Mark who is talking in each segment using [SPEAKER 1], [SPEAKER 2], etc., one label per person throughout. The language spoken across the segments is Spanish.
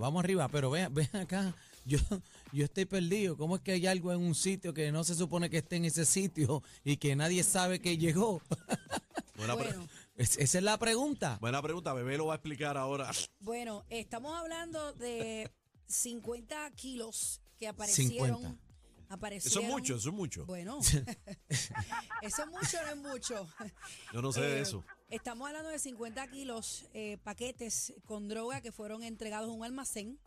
[SPEAKER 1] vamos arriba, pero vean, vean acá, yo, yo estoy perdido. ¿Cómo es que hay algo en un sitio que no se supone que esté en ese sitio y que nadie sabe que llegó?
[SPEAKER 2] Buena, pre-
[SPEAKER 3] Bueno.
[SPEAKER 1] Es- esa es la pregunta.
[SPEAKER 2] buena pregunta, bebé lo va a explicar ahora.
[SPEAKER 3] Bueno, estamos hablando de 50 kilos que aparecieron.
[SPEAKER 1] 50.
[SPEAKER 2] Eso
[SPEAKER 3] aparecieron
[SPEAKER 2] es mucho, eso es mucho.
[SPEAKER 3] Bueno, eso es mucho, no es mucho.
[SPEAKER 2] Yo no sé de
[SPEAKER 3] Eh,
[SPEAKER 2] eso.
[SPEAKER 3] Estamos hablando de 50 kilos, eh, paquetes con droga que fueron entregados a un almacén.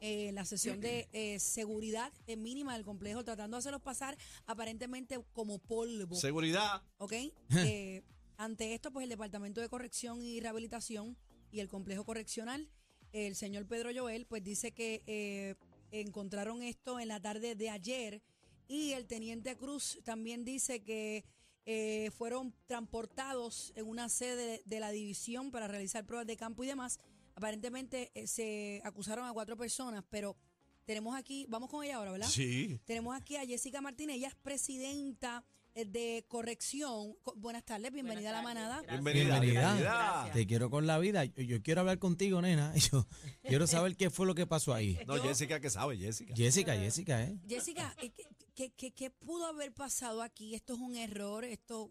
[SPEAKER 3] eh, en la sesión de eh, seguridad eh, mínima del complejo, tratando de hacerlos pasar aparentemente como polvo.
[SPEAKER 2] Seguridad.
[SPEAKER 3] ¿Ok? Eh, ante esto, pues el Departamento de Corrección y Rehabilitación y el Complejo Correccional, el señor Pedro Joel, pues dice que eh, encontraron esto en la tarde de ayer y el Teniente Cruz también dice que eh, fueron transportados en una sede de la división para realizar pruebas de campo y demás. Aparentemente eh, se acusaron a cuatro personas, pero tenemos aquí, vamos con ella ahora, ¿verdad?
[SPEAKER 2] Sí.
[SPEAKER 3] Tenemos aquí a Jessica Martínez, ella es presidenta eh, de corrección. Co- Buenas tardes, bienvenida a la manada.
[SPEAKER 2] Bienvenida.
[SPEAKER 1] Bienvenida.
[SPEAKER 2] bienvenida.
[SPEAKER 1] Te quiero con la vida. Yo, yo quiero hablar contigo, nena. Yo quiero saber qué fue lo que pasó ahí.
[SPEAKER 2] No, Jessica que sabe, Jessica.
[SPEAKER 1] Jessica, Jessica, ¿eh?
[SPEAKER 3] Jessica, eh, ¿qué, qué, qué- qué pudo haber pasado aquí? Esto es un error, esto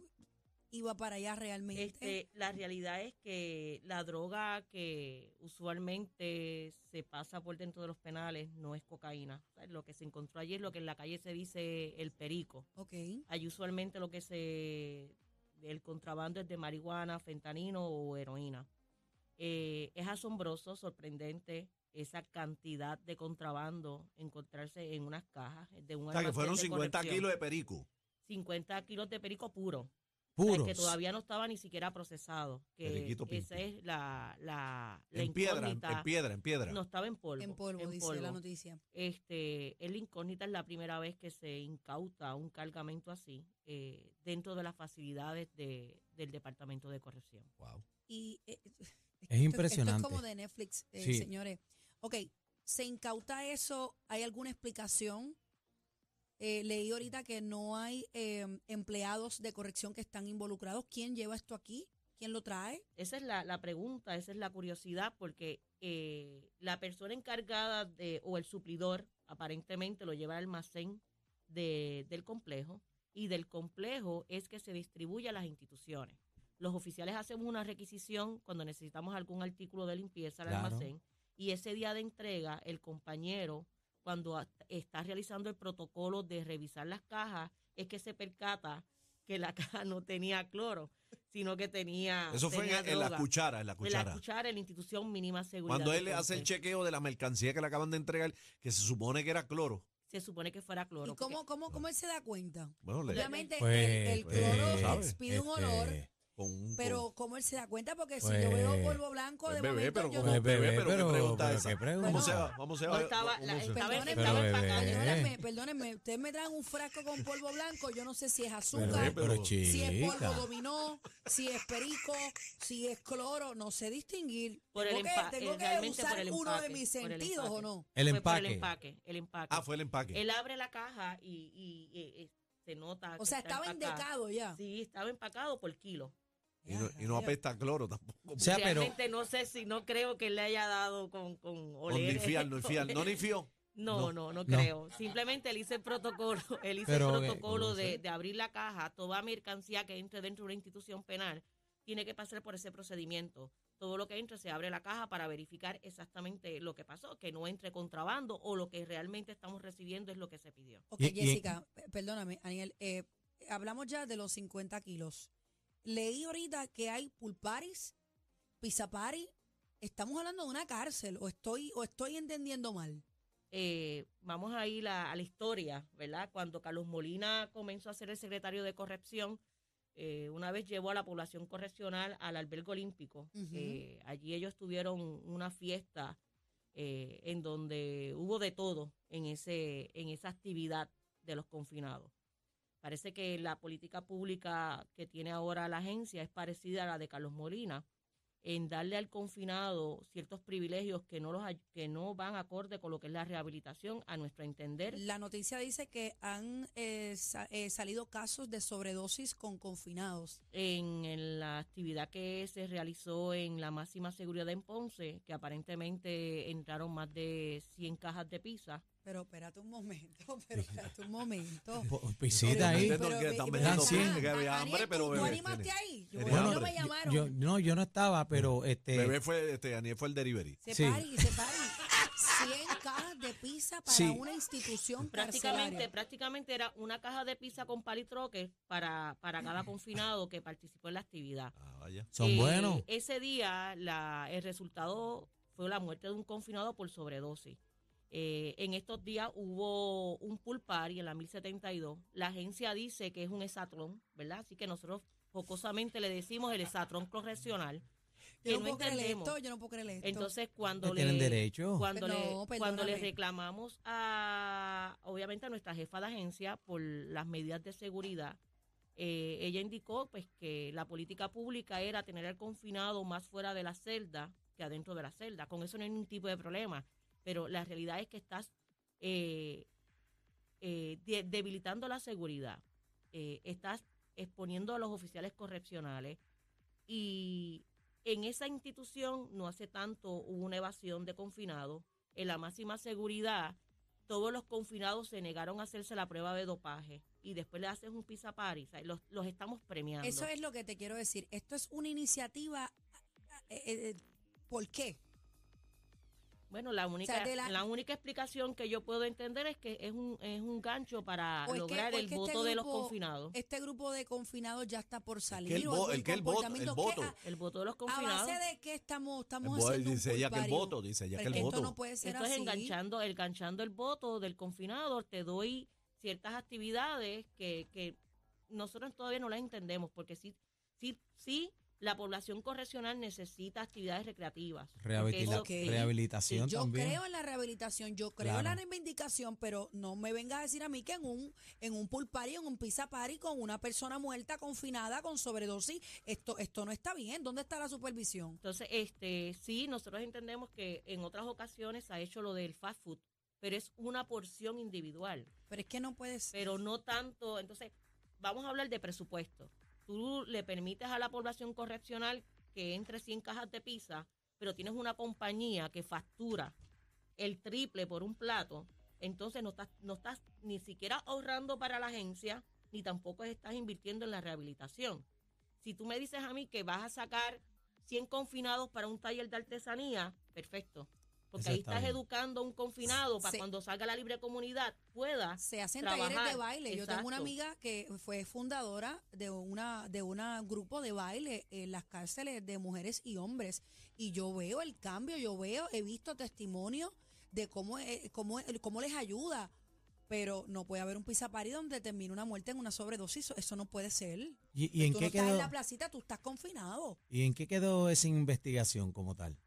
[SPEAKER 3] iba para allá realmente.
[SPEAKER 4] Este, la realidad es que la droga que usualmente se pasa por dentro de los penales no es cocaína. O sea, Lo que se encontró allí es lo que en la calle se dice el perico.
[SPEAKER 3] ok,
[SPEAKER 4] Allí usualmente lo que se... El contrabando es de marihuana, fentanino o heroína. Eh, es asombroso, sorprendente esa cantidad de contrabando encontrarse en unas cajas de un
[SPEAKER 2] O sea, que
[SPEAKER 4] almacén
[SPEAKER 2] fueron
[SPEAKER 4] de
[SPEAKER 2] 50
[SPEAKER 4] corrección.
[SPEAKER 2] kilos de perico.
[SPEAKER 4] 50 kilos de perico puro. O sea,
[SPEAKER 1] Puros.
[SPEAKER 4] que todavía no estaba ni siquiera procesado. Que
[SPEAKER 2] Periquito pim,
[SPEAKER 4] esa
[SPEAKER 2] pim.
[SPEAKER 4] es la, la, la
[SPEAKER 2] En piedra, en,
[SPEAKER 4] incógnita.
[SPEAKER 2] en piedra, en piedra.
[SPEAKER 4] No estaba en polvo.
[SPEAKER 3] en polvo,
[SPEAKER 4] en
[SPEAKER 3] dice
[SPEAKER 4] polvo.
[SPEAKER 3] la noticia.
[SPEAKER 4] Este, el incógnita es la primera vez que se incauta un cargamento así eh, dentro de las facilidades de- del Departamento de Corrección.
[SPEAKER 2] Wow.
[SPEAKER 3] Y, eh, esto-
[SPEAKER 1] Es impresionante.
[SPEAKER 3] Esto es como de Netflix, eh,
[SPEAKER 1] Sí.
[SPEAKER 3] señores. Ok, ¿se incauta eso? ¿Hay alguna explicación? Eh, leí ahorita que no hay eh, empleados de corrección que están involucrados. ¿Quién lleva esto aquí? ¿Quién lo trae?
[SPEAKER 4] Esa es la, la pregunta, esa es la curiosidad, porque eh, la persona encargada de, o el suplidor aparentemente lo lleva al almacén de- del complejo y del complejo es que se distribuye a las instituciones. Los oficiales hacemos una requisición cuando necesitamos algún artículo de limpieza al
[SPEAKER 1] Claro.
[SPEAKER 4] almacén y ese día de entrega el compañero cuando a- está realizando el protocolo de revisar las cajas es que se percata que la caja no tenía cloro, sino que tenía
[SPEAKER 2] Eso fue
[SPEAKER 4] tenía
[SPEAKER 2] en, en la
[SPEAKER 4] droga.
[SPEAKER 2] cuchara, en la
[SPEAKER 4] En la
[SPEAKER 2] cuchara.
[SPEAKER 4] cuchara, en la institución mínima de seguridad.
[SPEAKER 2] Cuando
[SPEAKER 4] de
[SPEAKER 2] él hace el
[SPEAKER 4] Ponce.
[SPEAKER 2] chequeo de la mercancía que le acaban de entregar, que se supone que era cloro.
[SPEAKER 4] Se supone que fuera cloro.
[SPEAKER 3] ¿Y cómo, cómo, cómo él se da cuenta?
[SPEAKER 2] Bueno, le-
[SPEAKER 4] Ya-
[SPEAKER 3] Obviamente
[SPEAKER 1] Pues,
[SPEAKER 3] el, el
[SPEAKER 1] pues,
[SPEAKER 3] cloro
[SPEAKER 2] ¿sabes?
[SPEAKER 3] expide un
[SPEAKER 1] este,
[SPEAKER 3] olor,
[SPEAKER 2] con un- con-
[SPEAKER 3] pero ¿cómo él se da cuenta? Porque si
[SPEAKER 1] Pues,
[SPEAKER 3] yo veo polvo blanco de
[SPEAKER 2] Bebé,
[SPEAKER 3] momento
[SPEAKER 2] pero
[SPEAKER 3] yo
[SPEAKER 2] como-
[SPEAKER 1] Pues,
[SPEAKER 3] no...
[SPEAKER 2] bebé, pero qué pregunta
[SPEAKER 1] pero
[SPEAKER 2] esa.
[SPEAKER 1] qué pregunta.
[SPEAKER 2] ¿Cómo se va? Vamos a
[SPEAKER 4] No
[SPEAKER 2] ver.
[SPEAKER 4] estaba-
[SPEAKER 2] Eh, ¿Cómo
[SPEAKER 4] la-
[SPEAKER 2] se-
[SPEAKER 4] estaba-
[SPEAKER 3] Perdónenme,
[SPEAKER 1] Pero, bebé.
[SPEAKER 3] perdónenme, perdónenme, ustedes me traen un frasco con polvo blanco, yo no sé si es azúcar,
[SPEAKER 1] Pero, pero
[SPEAKER 3] Si es
[SPEAKER 1] chica.
[SPEAKER 3] polvo dominó, si es perico, si es cloro, no sé distinguir.
[SPEAKER 4] Por el
[SPEAKER 3] tengo
[SPEAKER 4] empa-
[SPEAKER 3] que,
[SPEAKER 4] eh,
[SPEAKER 3] tengo que
[SPEAKER 4] realmente por
[SPEAKER 3] usar
[SPEAKER 4] el
[SPEAKER 3] uno de
[SPEAKER 4] empaque,
[SPEAKER 3] mis
[SPEAKER 4] por el
[SPEAKER 3] sentidos o
[SPEAKER 4] empaque.
[SPEAKER 3] no.
[SPEAKER 1] El
[SPEAKER 4] Fue por
[SPEAKER 1] empaque.
[SPEAKER 4] el empaque, el empaque.
[SPEAKER 2] Ah, fue el empaque.
[SPEAKER 4] Él abre la caja y, y- y- y se nota.
[SPEAKER 3] O
[SPEAKER 4] que
[SPEAKER 3] sea,
[SPEAKER 4] está
[SPEAKER 3] estaba
[SPEAKER 4] empacada.
[SPEAKER 3] endecado ya.
[SPEAKER 4] Sí, estaba empacado por kilo.
[SPEAKER 2] Y no, y no apesta a cloro tampoco.
[SPEAKER 1] O sea, pero-
[SPEAKER 4] Realmente no sé si, no creo que le haya dado con, con
[SPEAKER 2] no ni
[SPEAKER 4] oler.
[SPEAKER 2] fiar, no ni fiar, no ni fió.
[SPEAKER 4] No, no, no creo. Simplemente él hizo el protocolo, él hizo
[SPEAKER 1] Pero,
[SPEAKER 4] el
[SPEAKER 1] eh,
[SPEAKER 4] protocolo
[SPEAKER 1] no
[SPEAKER 4] de, de abrir la caja. Toda mercancía que entre dentro de una institución penal tiene que pasar por ese procedimiento. Todo lo que entre se abre la caja para verificar exactamente lo que pasó, que no entre contrabando o lo que realmente estamos recibiendo es lo que se pidió.
[SPEAKER 3] Ok,
[SPEAKER 1] Y- y-
[SPEAKER 3] Jessica, p- perdóname, Aniel. eh, hablamos ya de los 50 kilos. Leí ahorita que hay pulparis, pizapari. Estamos hablando de una cárcel o estoy o estoy entendiendo mal.
[SPEAKER 4] eh, vamos a ir a, a la historia, ¿verdad? Cuando Carlos Molina comenzó a ser el secretario de corrección, eh, una vez llevó a la población correccional al albergue olímpico.
[SPEAKER 3] Ujú.
[SPEAKER 4] Eh, allí ellos tuvieron una fiesta eh, en donde hubo de todo en, ese, en esa actividad de los confinados. Parece que la política pública que tiene ahora la agencia es parecida a la de Carlos Molina. Eh, en darle al confinado ciertos privilegios que no, los, ay- que no van acorde con lo que es la rehabilitación, a nuestro entender.
[SPEAKER 3] La noticia dice que han eh, sa- eh, salido casos de sobredosis con confinados.
[SPEAKER 4] en, en la actividad que se realizó en la máxima seguridad en Ponce, que aparentemente entraron más de 100 cajas de pizza.
[SPEAKER 3] Pero espérate un momento, pero espérate un momento.
[SPEAKER 1] Po- Pisita ahí.
[SPEAKER 2] Pero que están
[SPEAKER 3] ve-
[SPEAKER 2] vendiendo
[SPEAKER 1] cien.
[SPEAKER 2] gente que había
[SPEAKER 3] Ariel,
[SPEAKER 2] hambre,
[SPEAKER 3] ¿tú-
[SPEAKER 2] pero
[SPEAKER 3] ¿Tú
[SPEAKER 2] bebé
[SPEAKER 3] animaste
[SPEAKER 2] tiene.
[SPEAKER 3] ahí? Yo,
[SPEAKER 2] Tenía
[SPEAKER 3] bueno,
[SPEAKER 2] hambre.
[SPEAKER 3] me llamaron.
[SPEAKER 1] Yo, no, yo no estaba, pero
[SPEAKER 4] Eh,
[SPEAKER 1] este.
[SPEAKER 2] Bebé fue, este, Daniel fue el delivery.
[SPEAKER 3] se
[SPEAKER 1] sí.
[SPEAKER 3] pari, se pari. 100 cajas de pizza para
[SPEAKER 1] Sí.
[SPEAKER 3] una institución
[SPEAKER 4] Prácticamente,
[SPEAKER 3] carcelaria.
[SPEAKER 4] prácticamente era una caja de pizza con palitroque para, para cada confinado que participó en la actividad.
[SPEAKER 2] Ah, vaya.
[SPEAKER 1] Son
[SPEAKER 4] Eh,
[SPEAKER 1] buenos.
[SPEAKER 4] Ese día la, el resultado fue la muerte de un confinado por sobredosis. Eh, en estos días hubo un pool party en la 1072. La agencia dice que es un esatrón, ¿verdad? Así que nosotros jocosamente le decimos el esatrón correccional. que
[SPEAKER 3] Yo no
[SPEAKER 4] no
[SPEAKER 3] puedo creer
[SPEAKER 4] entendemos.
[SPEAKER 3] esto, yo no puedo creer esto.
[SPEAKER 4] Entonces, cuando
[SPEAKER 1] No
[SPEAKER 4] le,
[SPEAKER 1] tienen derecho.
[SPEAKER 3] No,
[SPEAKER 4] cuando, le, cuando le
[SPEAKER 3] perdóname.
[SPEAKER 4] reclamamos a, obviamente, a nuestra jefa de agencia por las medidas de seguridad, eh, ella indicó pues que la política pública era tener al confinado más fuera de la celda que adentro de la celda. Con eso no hay ningún tipo de problema. Pero la realidad es que estás eh, eh, de- debilitando la seguridad. Eh, estás exponiendo a los oficiales correccionales y en esa institución no hace tanto hubo una evasión de confinados. En la máxima seguridad, todos los confinados se negaron a hacerse la prueba de dopaje y después le haces un pizza party. o sea, los, los estamos premiando.
[SPEAKER 3] Eso es lo que te quiero decir. Esto es una iniciativa. eh, eh, eh, ¿Por qué?
[SPEAKER 4] Bueno, la única,
[SPEAKER 3] de la-
[SPEAKER 4] la... única explicación que yo puedo entender es que es un, es un gancho para
[SPEAKER 3] O es que-
[SPEAKER 4] lograr
[SPEAKER 3] o es
[SPEAKER 4] el
[SPEAKER 3] que este
[SPEAKER 4] voto de los
[SPEAKER 3] grupo-
[SPEAKER 4] confinados.
[SPEAKER 3] Este grupo de confinados ya está por salir.
[SPEAKER 2] el
[SPEAKER 3] o
[SPEAKER 2] vo-
[SPEAKER 3] algún
[SPEAKER 2] el que el voto- el
[SPEAKER 3] comportamiento
[SPEAKER 2] voto.
[SPEAKER 3] a-
[SPEAKER 4] El voto de los
[SPEAKER 3] ¿A
[SPEAKER 4] confinados.
[SPEAKER 3] base de qué estamos,
[SPEAKER 2] El
[SPEAKER 3] estamos
[SPEAKER 2] voto-
[SPEAKER 3] haciendo un
[SPEAKER 2] dice ella que el
[SPEAKER 3] culpario?
[SPEAKER 2] voto, dice ella
[SPEAKER 3] Pero
[SPEAKER 2] que el
[SPEAKER 3] es Esto
[SPEAKER 2] voto.
[SPEAKER 3] no puede ser
[SPEAKER 4] Esto es
[SPEAKER 3] así.
[SPEAKER 4] enganchando, enganchando el voto del confinado. Te doy ciertas actividades que, que nosotros todavía no las entendemos, porque sí, sí, sí, la población correccional necesita actividades recreativas. porque
[SPEAKER 1] Rehabilita-
[SPEAKER 4] eso-
[SPEAKER 3] Ok. Sí,
[SPEAKER 1] Rehabilitación
[SPEAKER 3] yo
[SPEAKER 1] también.
[SPEAKER 3] creo en la rehabilitación, yo creo en la
[SPEAKER 1] Claro.
[SPEAKER 3] reivindicación, pero no me vengas a decir a mí que en un en un pool party, en un pizza party con una persona muerta, confinada, con sobredosis, esto esto no está bien. ¿Dónde está la supervisión?
[SPEAKER 4] Entonces, este, sí, nosotros entendemos que en otras ocasiones se ha hecho lo del fast food, pero es una porción individual.
[SPEAKER 3] Pero es que no puede ser.
[SPEAKER 4] pero no tanto. Entonces, vamos a hablar de presupuesto. Tú le permites a la población correccional que entre 100 cajas de pizza, pero tienes una compañía que factura el triple por un plato, entonces no estás, no estás ni siquiera ahorrando para la agencia, ni tampoco estás invirtiendo en la rehabilitación. Si tú me dices a mí que vas a sacar 100 confinados para un taller de artesanía, perfecto. Porque
[SPEAKER 1] Eso
[SPEAKER 4] ahí
[SPEAKER 1] está
[SPEAKER 4] estás
[SPEAKER 1] bien.
[SPEAKER 4] educando a un confinado para
[SPEAKER 3] Se-
[SPEAKER 4] cuando salga a la libre comunidad pueda
[SPEAKER 3] se hacen
[SPEAKER 4] trabajar,
[SPEAKER 3] talleres de baile. Yo tengo una
[SPEAKER 4] exacto.
[SPEAKER 3] amiga que fue fundadora de una de un grupo de baile en las cárceles de mujeres y hombres y yo veo el cambio, yo veo, he visto testimonios de cómo eh, cómo cómo les ayuda, pero no puede haber un pizza party donde termine una muerte en una sobredosis, eso- eso no puede ser.
[SPEAKER 1] ¿Y, y en
[SPEAKER 3] tú
[SPEAKER 1] qué
[SPEAKER 3] no estás en
[SPEAKER 1] quedó,
[SPEAKER 3] la placita, tú estás confinado. Eh,
[SPEAKER 1] ¿Y en qué quedó esa investigación como tal?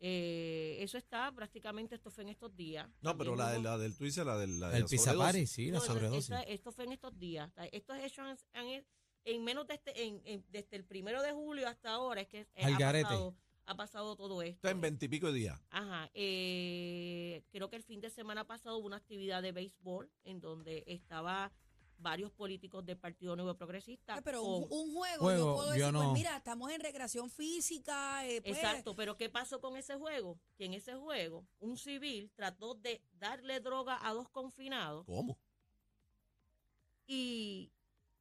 [SPEAKER 4] Eh, eso está prácticamente, esto fue en estos días.
[SPEAKER 2] No, pero
[SPEAKER 4] También
[SPEAKER 2] la, de-
[SPEAKER 4] hubo-
[SPEAKER 2] la del, tú dices la del la de
[SPEAKER 1] El
[SPEAKER 2] la
[SPEAKER 1] Pizapari,
[SPEAKER 2] sobredosis.
[SPEAKER 1] sí, la
[SPEAKER 4] No, eso-
[SPEAKER 1] sobredosis.
[SPEAKER 4] esta- esto fue en estos días. O sea, Estos hechos han, han- en menos de este- en- en- desde el primero de julio hasta ahora es que eh,
[SPEAKER 1] Al
[SPEAKER 4] ha,
[SPEAKER 1] garete.
[SPEAKER 4] pasado, ha pasado todo esto.
[SPEAKER 2] Está en veintipico de días.
[SPEAKER 4] Ajá, eh, creo que el fin de semana pasado hubo una actividad de béisbol en donde estaba varios políticos del Partido Nuevo Progresista.
[SPEAKER 3] Ay, Ah, Pero
[SPEAKER 4] con-
[SPEAKER 3] un, pues. un juego, yo
[SPEAKER 1] Juego,
[SPEAKER 3] puedo
[SPEAKER 1] yo
[SPEAKER 3] decir, pues
[SPEAKER 1] no.
[SPEAKER 3] mira, estamos en recreación física, eh, pues,
[SPEAKER 4] Exacto, pero ¿qué pasó con ese juego? Que en ese juego un civil trató de darle droga a dos confinados
[SPEAKER 2] ¿Cómo?
[SPEAKER 4] y...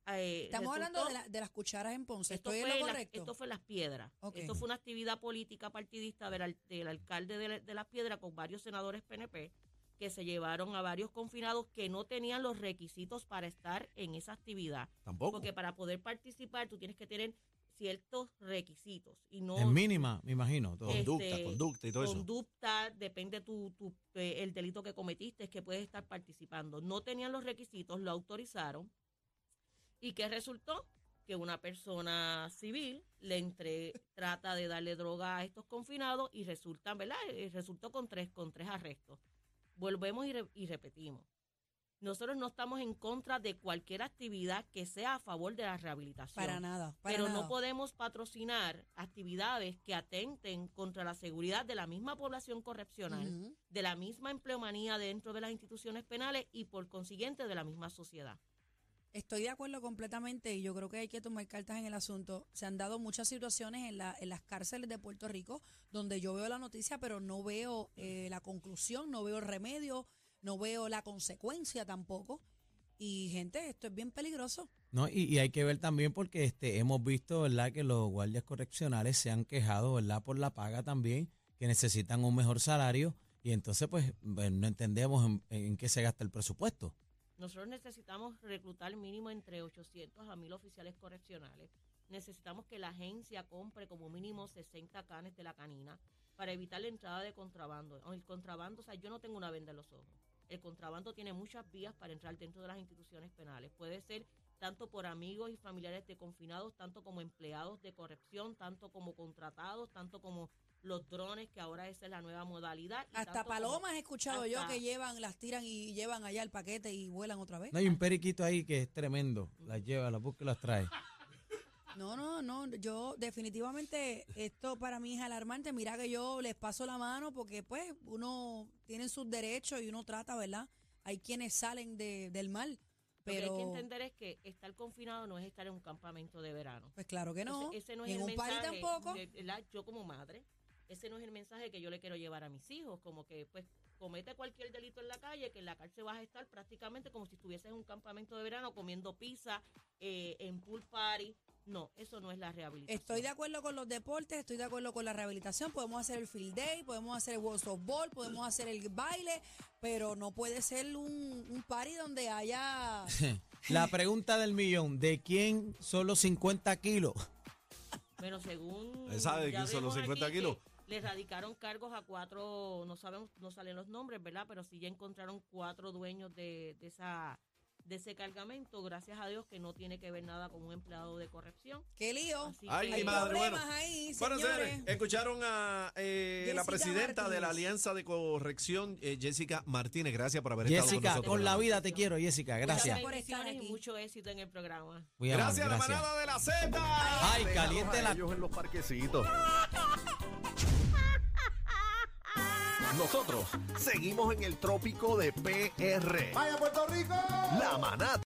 [SPEAKER 4] eh,
[SPEAKER 3] Estamos hablando
[SPEAKER 4] resultó-
[SPEAKER 3] de, la- de las cucharas en Ponce,
[SPEAKER 4] esto
[SPEAKER 3] estoy en
[SPEAKER 4] fue,
[SPEAKER 3] lo
[SPEAKER 4] en las-
[SPEAKER 3] correcto.
[SPEAKER 4] esto fue en Las Piedras.
[SPEAKER 3] Ok.
[SPEAKER 4] Esto fue una actividad política partidista del, al- del alcalde de, la- de Las Piedras con varios senadores PNP que se llevaron a varios confinados que no tenían los requisitos para estar en esa actividad.
[SPEAKER 2] Tampoco.
[SPEAKER 4] Porque para poder participar tú tienes que tener ciertos requisitos y no
[SPEAKER 1] En mínima, me imagino. todo.
[SPEAKER 4] Eh,
[SPEAKER 2] conducta,
[SPEAKER 4] este,
[SPEAKER 2] conducta y todo eso.
[SPEAKER 4] conducta, depende tu, tu- eh, el delito que cometiste, es que puedes estar participando. No tenían los requisitos, lo autorizaron. ¿Y que resultó? Que una persona civil le entre, trata de darle droga a estos confinados y resultan, ¿verdad? Eh, Resultó con tres, con tres arrestos. Volvemos y, re- y repetimos. Nosotros no estamos en contra de cualquier actividad que sea a favor de la rehabilitación.
[SPEAKER 3] Para nada, para
[SPEAKER 4] pero
[SPEAKER 3] nada.
[SPEAKER 4] no podemos patrocinar actividades que atenten contra la seguridad de la misma población correccional,
[SPEAKER 3] Ujú.
[SPEAKER 4] de la misma empleomanía dentro de las instituciones penales y por consiguiente de la misma sociedad.
[SPEAKER 3] Estoy de acuerdo completamente y yo creo que hay que tomar cartas en el asunto. Se han dado muchas situaciones en, la- en las cárceles de Puerto Rico donde yo veo la noticia, pero no veo eh, la conclusión, no veo el remedio, no veo la consecuencia tampoco. Y gente, esto es bien peligroso.
[SPEAKER 1] No, y, y hay que ver también porque este hemos visto, ¿verdad?, que los guardias correccionales se han quejado, ¿verdad?, por la paga también, que necesitan un mejor salario y entonces pues bueno, no entendemos en, en qué se gasta el presupuesto.
[SPEAKER 4] Nosotros necesitamos reclutar mínimo entre 800 a 1000 oficiales correccionales. Necesitamos que la agencia compre como mínimo 60 canes de la canina para evitar la entrada de contrabando. O El contrabando, o sea, yo no tengo una venda en los ojos. El contrabando tiene muchas vías para entrar dentro de las instituciones penales. Puede ser tanto por amigos y familiares de confinados, tanto como empleados de corrección, tanto como contratados, tanto como los drones, que ahora esa es la nueva modalidad. y
[SPEAKER 3] Hasta
[SPEAKER 4] tanto como-
[SPEAKER 3] palomas he escuchado yo
[SPEAKER 4] hasta-
[SPEAKER 3] que llevan, las tiran y llevan allá el paquete y vuelan otra vez.
[SPEAKER 1] No hay un periquito ahí que es tremendo, las lleva, las busca y las trae.
[SPEAKER 3] No, no, no, yo definitivamente esto para mí es alarmante. Mira que yo les paso la mano porque pues uno tiene sus derechos y uno trata, ¿verdad? Hay quienes salen de- del mal,
[SPEAKER 4] Lo que hay
[SPEAKER 3] pero
[SPEAKER 4] que entender es que estar confinado no es estar en un campamento de verano.
[SPEAKER 3] pues claro que no.
[SPEAKER 4] Entonces, ese no es
[SPEAKER 3] en
[SPEAKER 4] el
[SPEAKER 3] un party
[SPEAKER 4] mensaje
[SPEAKER 3] tampoco.
[SPEAKER 4] de- de la- yo como madre, ese no es el mensaje que yo le quiero llevar a mis hijos, como que pues comete cualquier delito en la calle, que en la cárcel vas a estar prácticamente como si estuvieses en un campamento de verano comiendo pizza, eh, en pool party. No, eso no es la rehabilitación.
[SPEAKER 3] Estoy de acuerdo con los deportes, estoy de acuerdo con la rehabilitación, podemos hacer el field day, podemos hacer el World softball, podemos hacer el baile, pero no puede ser un, un party donde haya...
[SPEAKER 1] La pregunta del millón, ¿de quién son los 50 kilos?
[SPEAKER 4] Bueno, según.
[SPEAKER 2] Él Eh, sabe de
[SPEAKER 4] ya
[SPEAKER 2] quién son los
[SPEAKER 4] vimos aquí
[SPEAKER 2] 50
[SPEAKER 4] que
[SPEAKER 2] kilos.
[SPEAKER 4] Le radicaron cargos a cuatro, no sabemos, no salen los nombres, ¿verdad? Pero sí ya encontraron cuatro dueños de, de esa de ese cargamento, gracias a Dios que no tiene que ver nada con un empleado de corrección.
[SPEAKER 3] ¡Qué lío!
[SPEAKER 4] Así
[SPEAKER 2] Ay,
[SPEAKER 4] que-
[SPEAKER 3] Hay
[SPEAKER 2] mi madre, bueno.
[SPEAKER 3] problemas ahí,
[SPEAKER 2] Bueno,
[SPEAKER 3] señores.
[SPEAKER 2] señores, escucharon a eh, la
[SPEAKER 3] Jessica
[SPEAKER 2] presidenta de la
[SPEAKER 3] Martínez.
[SPEAKER 2] Alianza de Corrección, eh, Jessica Martínez. Gracias por haber
[SPEAKER 1] Jessica,
[SPEAKER 2] estado con nosotros.
[SPEAKER 1] con la vida te quiero, Jessica, gracias.
[SPEAKER 4] Muchas
[SPEAKER 3] por estar
[SPEAKER 4] bendiciones
[SPEAKER 3] aquí.
[SPEAKER 4] y mucho éxito en el programa.
[SPEAKER 1] Muy amable,
[SPEAKER 2] Gracias, la manada de la Z.
[SPEAKER 1] Ay,
[SPEAKER 5] Déjalos
[SPEAKER 1] caliente
[SPEAKER 5] a
[SPEAKER 1] la
[SPEAKER 5] ellos en los parquecitos. Nosotros seguimos en el trópico de PR. ¡Vaya Puerto Rico! La manada.